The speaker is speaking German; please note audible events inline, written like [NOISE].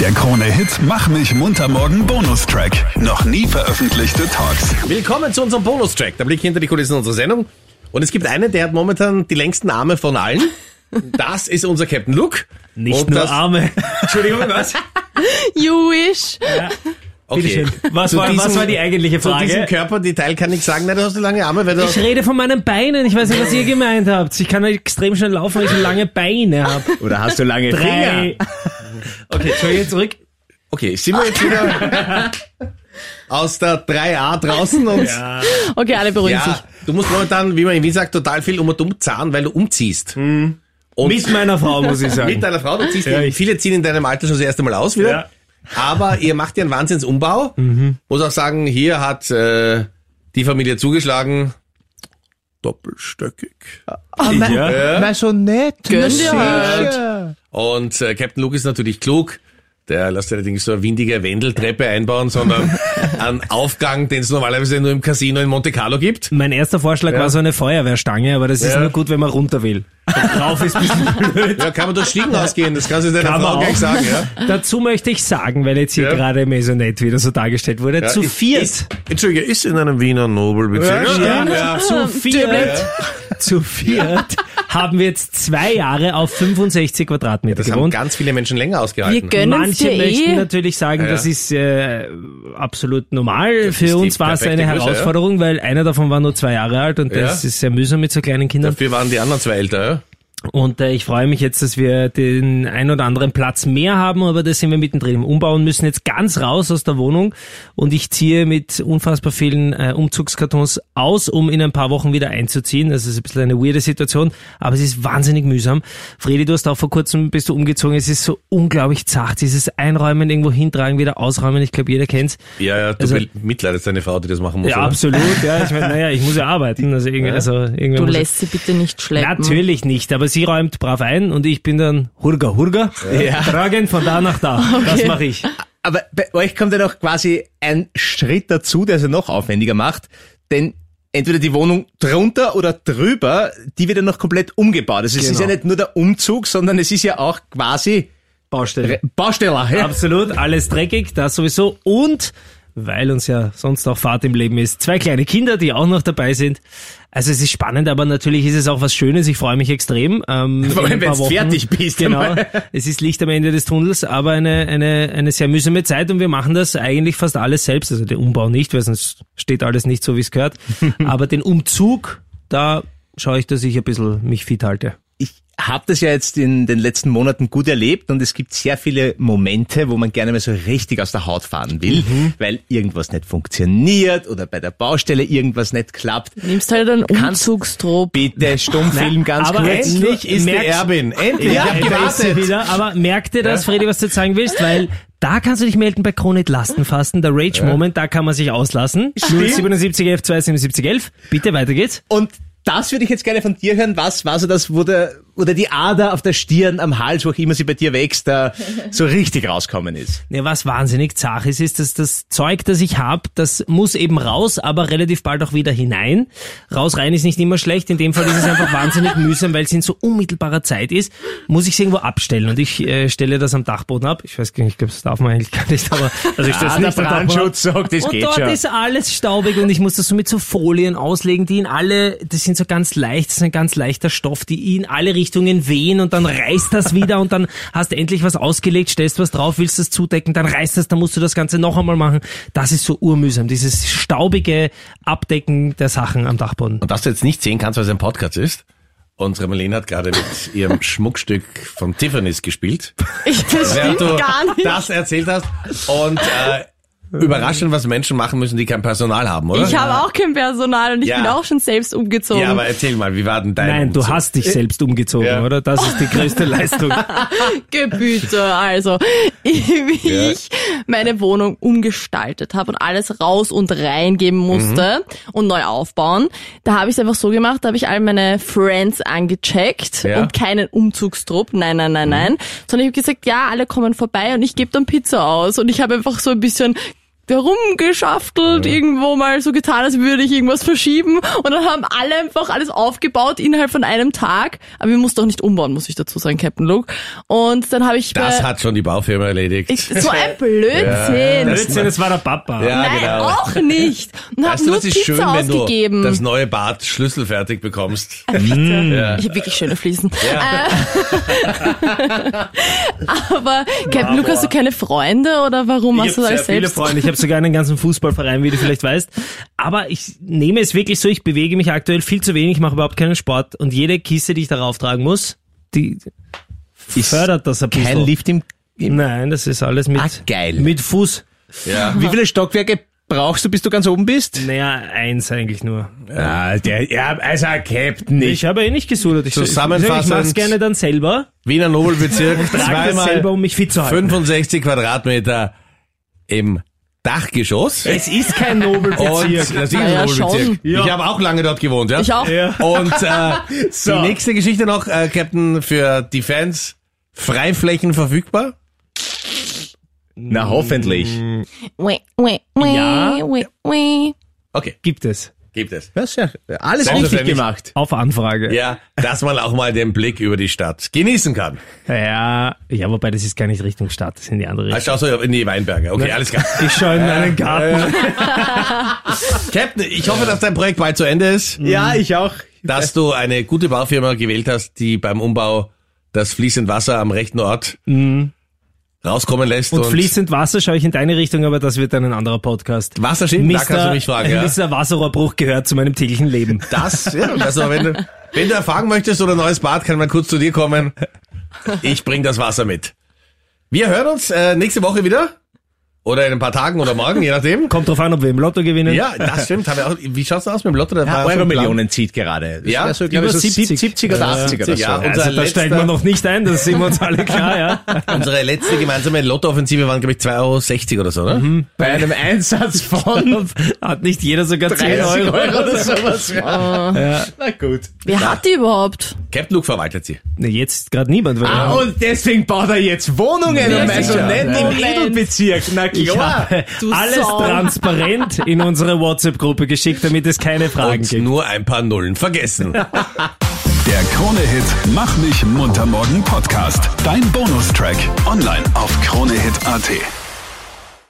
Der Krone-Hit Mach mich munter morgen Bonustrack. Noch nie veröffentlichte Talks. Willkommen zu unserem Bonustrack, der Blick hinter die Kulissen unserer Sendung. Und es gibt einen, der hat momentan die längsten Arme von [LAUGHS] allen. Das ist unser Captain Luke. Nicht Und nur das- [LAUGHS] Arme. Entschuldigung, was? Jewish. [LAUGHS] Okay. Bitteschön. Was, Zu war, was diesem- war die eigentliche Zu diesem Frage? Körperdetail kann ich sagen, nein, du hast so lange Arme, weil du... Ich rede von meinen Beinen. Ich weiß nicht, was ihr gemeint habt. Ich kann extrem schnell laufen, weil ich lange Beine habe. Oder hast du lange Drei. Okay, Entschuldigung, zurück. Okay, sind wir jetzt wieder [LAUGHS] aus der 3a draußen und... Ja, Okay, alle beruhigen sich. du musst momentan, wie man in Wien sagt, total viel um und um zahlen, weil du umziehst. Und Mit meiner Frau, muss ich mit sagen. deiner Frau, du ziehst Hm. Ja, die, ich- viele ziehen in deinem Alter schon das erste Mal aus wieder. Ja. Aber ihr macht ja einen Wahnsinnsumbau. Mhm. Muss auch sagen, hier hat äh, die Familie zugeschlagen. Doppelstöckig. Ja. Na schon nett. Gönn na dir sicher. halt. Und äh, Captain Luke ist natürlich klug. Der lässt allerdings so eine windige Wendeltreppe einbauen, sondern [LAUGHS] einen Aufgang, den es normalerweise nur im Casino in Monte Carlo gibt. Mein erster Vorschlag war so eine Feuerwehrstange, aber das ist Ja. nur gut, wenn man runter will. Rauf ist ein bisschen blöd. Ja, kann man durch Stiegen ausgehen, das kannst du deiner Kann man Frau auch. gleich sagen. Ja? Dazu möchte ich sagen, weil jetzt hier Ja. gerade Maisonette wieder so dargestellt wurde. zu ist- viert. Ist, Entschuldige, ist in einem Wiener Nobelbezirk. Ja, Ja. Zu viert, [LAUGHS] zu viert haben wir jetzt zwei Jahre auf 65 Quadratmeter Das haben gewohnt. ganz viele Menschen länger Wir ausgehalten. gönnen's Manche dir möchten eh. natürlich sagen, Ja, ja. das ist äh, absolut normal. ist die Für uns war es perfekte eine Größe, Herausforderung, weil einer davon war nur zwei Jahre alt und Ja. das ist sehr mühsam mit so kleinen Kindern. Dafür waren die anderen zwei älter, ja? Und äh, ich freue mich jetzt, dass wir den ein oder anderen Platz mehr haben, aber da sind wir mittendrin im Umbauen, müssen jetzt ganz raus aus der Wohnung und ich ziehe mit unfassbar vielen äh, Umzugskartons aus, um in ein paar Wochen wieder einzuziehen. Das ist ein bisschen eine weirde Situation, aber es ist wahnsinnig mühsam. Fredi, du hast auch vor kurzem, bist du umgezogen, es ist so unglaublich zart, dieses Einräumen, irgendwo hintragen, wieder ausräumen, ich glaube, jeder kennt's. Ja, ja, du Also- be- mitleidest deine Frau, die das machen muss. Ja, oder? absolut, ja, ich [LAUGHS] meine, naja, ich muss ja arbeiten, also, irgendwie, also irgendwann Du muss ich- lässt sie bitte nicht schleppen. Natürlich nicht, aber sie räumt brav ein und ich bin dann Hurga Hurga. Ja. Tragen von da nach da. Das mache ich. Aber bei euch kommt ja noch quasi ein Schritt dazu, der es ja noch aufwendiger macht, denn entweder die Wohnung drunter oder drüber, die wird ja noch komplett umgebaut. Also es ist ja Genau. nicht nur der Umzug, sondern es ist ja auch quasi Baustelle. Re- Bausteller. Ja. Absolut, alles dreckig, das sowieso. Und weil uns ja sonst auch Fahrt im Leben ist, zwei kleine Kinder, die auch noch dabei sind. Also es ist spannend, aber natürlich ist es auch was Schönes. Ich freue mich extrem. Ähm, [LAUGHS] Vor in allem, ein paar wenn's Wochen. fertig bist [LAUGHS] Genau. einmal. Es ist Licht am Ende des Tunnels, aber eine, eine, eine sehr mühsame Zeit und wir machen das eigentlich fast alles selbst. Also den Umbau nicht, weil sonst steht alles nicht so, wie es [LAUGHS] gehört. Aber den Umzug, da schaue ich, dass ich ein bisschen mich fit halte. ich habe das ja jetzt in den letzten Monaten gut erlebt und es gibt sehr viele Momente, wo man gerne mal so richtig aus der Haut fahren will, Mhm. weil irgendwas nicht funktioniert oder bei der Baustelle irgendwas nicht klappt. Nimmst halt einen Umzugstrop. Bitte Stummfilm ganz aber kurz. endlich ist die Erbin, endlich. Ja, Ich hab ja da ist sie gewartet. wieder. Aber merk dir das, Freddy, was du zeigen willst, weil da kannst du dich melden bei Kronit Lastenfasten, der Rage Moment, da kann man sich auslassen. 077 11 277 11. Bitte, weiter geht's. Und das würde ich jetzt gerne von dir hören. Was war so das, wo der, oder die Ader auf der Stirn, am Hals, wo auch immer sie bei dir wächst, da so richtig rauskommen ist? Ja, was wahnsinnig zach ist, ist, dass das Zeug, das ich habe, das muss eben raus, aber relativ bald auch wieder hinein. Raus rein ist nicht immer schlecht. In dem Fall ist es [LAUGHS] einfach wahnsinnig mühsam, weil es in so unmittelbarer Zeit ist, muss ich es irgendwo abstellen. Und ich äh, stelle das am Dachboden ab. Ich weiß gar nicht, ich glaube, das darf man eigentlich gar nicht, aber also ich stelle es Ah, der nicht am Dachboden ab. Brandschutz sagt, das und geht dort schon. ist alles staubig und ich muss das so mit so Folien auslegen, die in alle, das sind so ganz leicht, das ist ein ganz leichter Stoff, die in alle Richtungen wehen und dann reißt das wieder und dann hast du endlich was ausgelegt, stellst was drauf, willst das zudecken, dann reißt das, dann musst du das Ganze noch einmal machen. Das ist so urmühsam, dieses staubige Abdecken der Sachen am Dachboden. Und was du jetzt nicht sehen kannst, weil es ein Podcast ist, unsere Marlene hat gerade mit ihrem Schmuckstück von Tiffany's gespielt. [LAUGHS] Ich, das Während stimmt du gar nicht. das erzählt hast. Und äh, überraschend, was Menschen machen müssen, die kein Personal haben, oder? Ich habe auch kein Personal und ich Ja. bin auch schon selbst umgezogen. Ja, aber erzähl mal, wie war denn dein Nein, du Umzug? hast dich selbst umgezogen, Ja. oder? Das ist die größte Leistung. Gebüte, also [LAUGHS] ich- wie ich meine Wohnung umgestaltet habe und alles raus und reingeben musste Mhm. und neu aufbauen. Da habe ich es einfach so gemacht, da habe ich all meine Friends angecheckt Ja. und keinen Umzugstrupp, nein, nein, nein, nein, sondern ich habe gesagt, ja, alle kommen vorbei und ich gebe dann Pizza aus und ich habe einfach so ein bisschen herumgeschaftelt, Mhm. irgendwo mal so getan, als würde ich irgendwas verschieben. Und dann haben alle einfach alles aufgebaut innerhalb von einem Tag. Aber wir mussten auch nicht umbauen, muss ich dazu sagen, Captain Luke. Und dann habe ich Das bei- hat schon die Baufirma erledigt. äh, ich, so ein [LAUGHS] Blödsinn. Blödsinn, das war der Papa. Ja. Nein, genau. auch nicht. Und hab weißt du, nur was ist Pizza schön, wenn du ausgegeben. das neue Bad Schlüssel fertig bekommst? Ich habe wirklich schöne Fliesen. Ja. Äh, [LAUGHS] aber Captain Luke, hast du keine Freunde oder warum Ich machst du hab das sehr alles viele selbst? Freunde. Ich habe sogar einen ganzen Fußballverein, wie du vielleicht weißt. Aber ich nehme es wirklich so, ich bewege mich aktuell viel zu wenig, ich mache überhaupt keinen Sport. Und jede Kiste, die ich darauf tragen muss, die fördert das ein bisschen. Kein Lift im... im Nein, das ist alles mit, Ah, geil. mit Fuß. ja. Wie viele Stockwerke brauchst du, bis du ganz oben bist? Naja, eins eigentlich nur. Ah, der, ja, also Captain, Ich habe eh nicht gesudert. Ich, Zusammenfassend- Ich mache es gerne dann selber. Wiener Nobelbezirk, Trage das selber, zweimal um mich fit zu halten. 65 Quadratmeter im Dachgeschoss. Es ist kein Und das Nobelbezirk. ist ein Ja, Nobelbezirk. schon. Ich habe auch lange dort gewohnt, ja. Ich auch. Ja. Und äh, die nächste Geschichte noch, äh, Captain, für die Fans. Freiflächen verfügbar? Na, hoffentlich. Weh, weh, weh, Ja. weh, weh. Okay, Gibt es. gibt es. Das ist ja alles richtig Selbstverständlich. gemacht. Auf Anfrage. Ja, dass man auch mal den Blick über die Stadt genießen kann. Ja, ja, wobei das ist gar nicht Richtung Stadt, das ist in die andere Ah, Richtung. schau so, in die Weinberger. Okay, alles klar. Ich schaue in meinen Garten. Captain, ich hoffe, dass dein Projekt bald zu Ende ist, Ja, ich auch. dass du eine gute Baufirma gewählt hast, die beim Umbau das fließend Wasser am rechten Ort rauskommen lässt. Und fließend Wasser schaue ich in deine Richtung, aber das wird dann ein anderer Podcast. Wasserschienen, da Mister, kannst du mich fragen. Ja? Mr. Wasserrohrbruch gehört zu meinem täglichen Leben. Das, ja, also wenn du, wenn du erfahren möchtest oder ein neues Bad, kann man kurz zu dir kommen. Ich bring das Wasser mit. Wir hören uns äh, nächste Woche wieder. Oder in ein paar Tagen oder morgen, je nachdem. Kommt drauf an, ob wir im Lotto gewinnen. Ja, das stimmt. Hab ich auch, wie schaut's aus mit dem Lotto? Da war Ja, so ein Plan. Euro-Millionen zieht gerade. Das Ja, wär so, glaub ich, über so 70. 70 oder 80 oder so. ja. Also, unser da steigen letzter- wir noch nicht ein, das sind wir uns alle klar, ja. [LAUGHS] Unsere letzte gemeinsame Lotto-Offensive waren, glaube ich, 2,60 Euro oder so, ne? Bei [LAUGHS] einem Einsatz von Hat nicht jeder sogar 10 30 Euro. Euro oder sowas. Ja. Na gut. Wer hat die überhaupt? Captain Luke verwaltet sie. Ne, jetzt gerade niemand. Weil Ah, und deswegen baut er jetzt Wohnungen um, also nicht im Edelbezirk. Na Äh, ich klar. habe Du alles Sau. transparent in unsere WhatsApp-Gruppe geschickt, damit es keine Fragen Und gibt. nur ein paar Nullen vergessen. Der Krone-Hit Mach mich munter morgen Podcast. Dein Bonustrack. Online auf kronehit.at.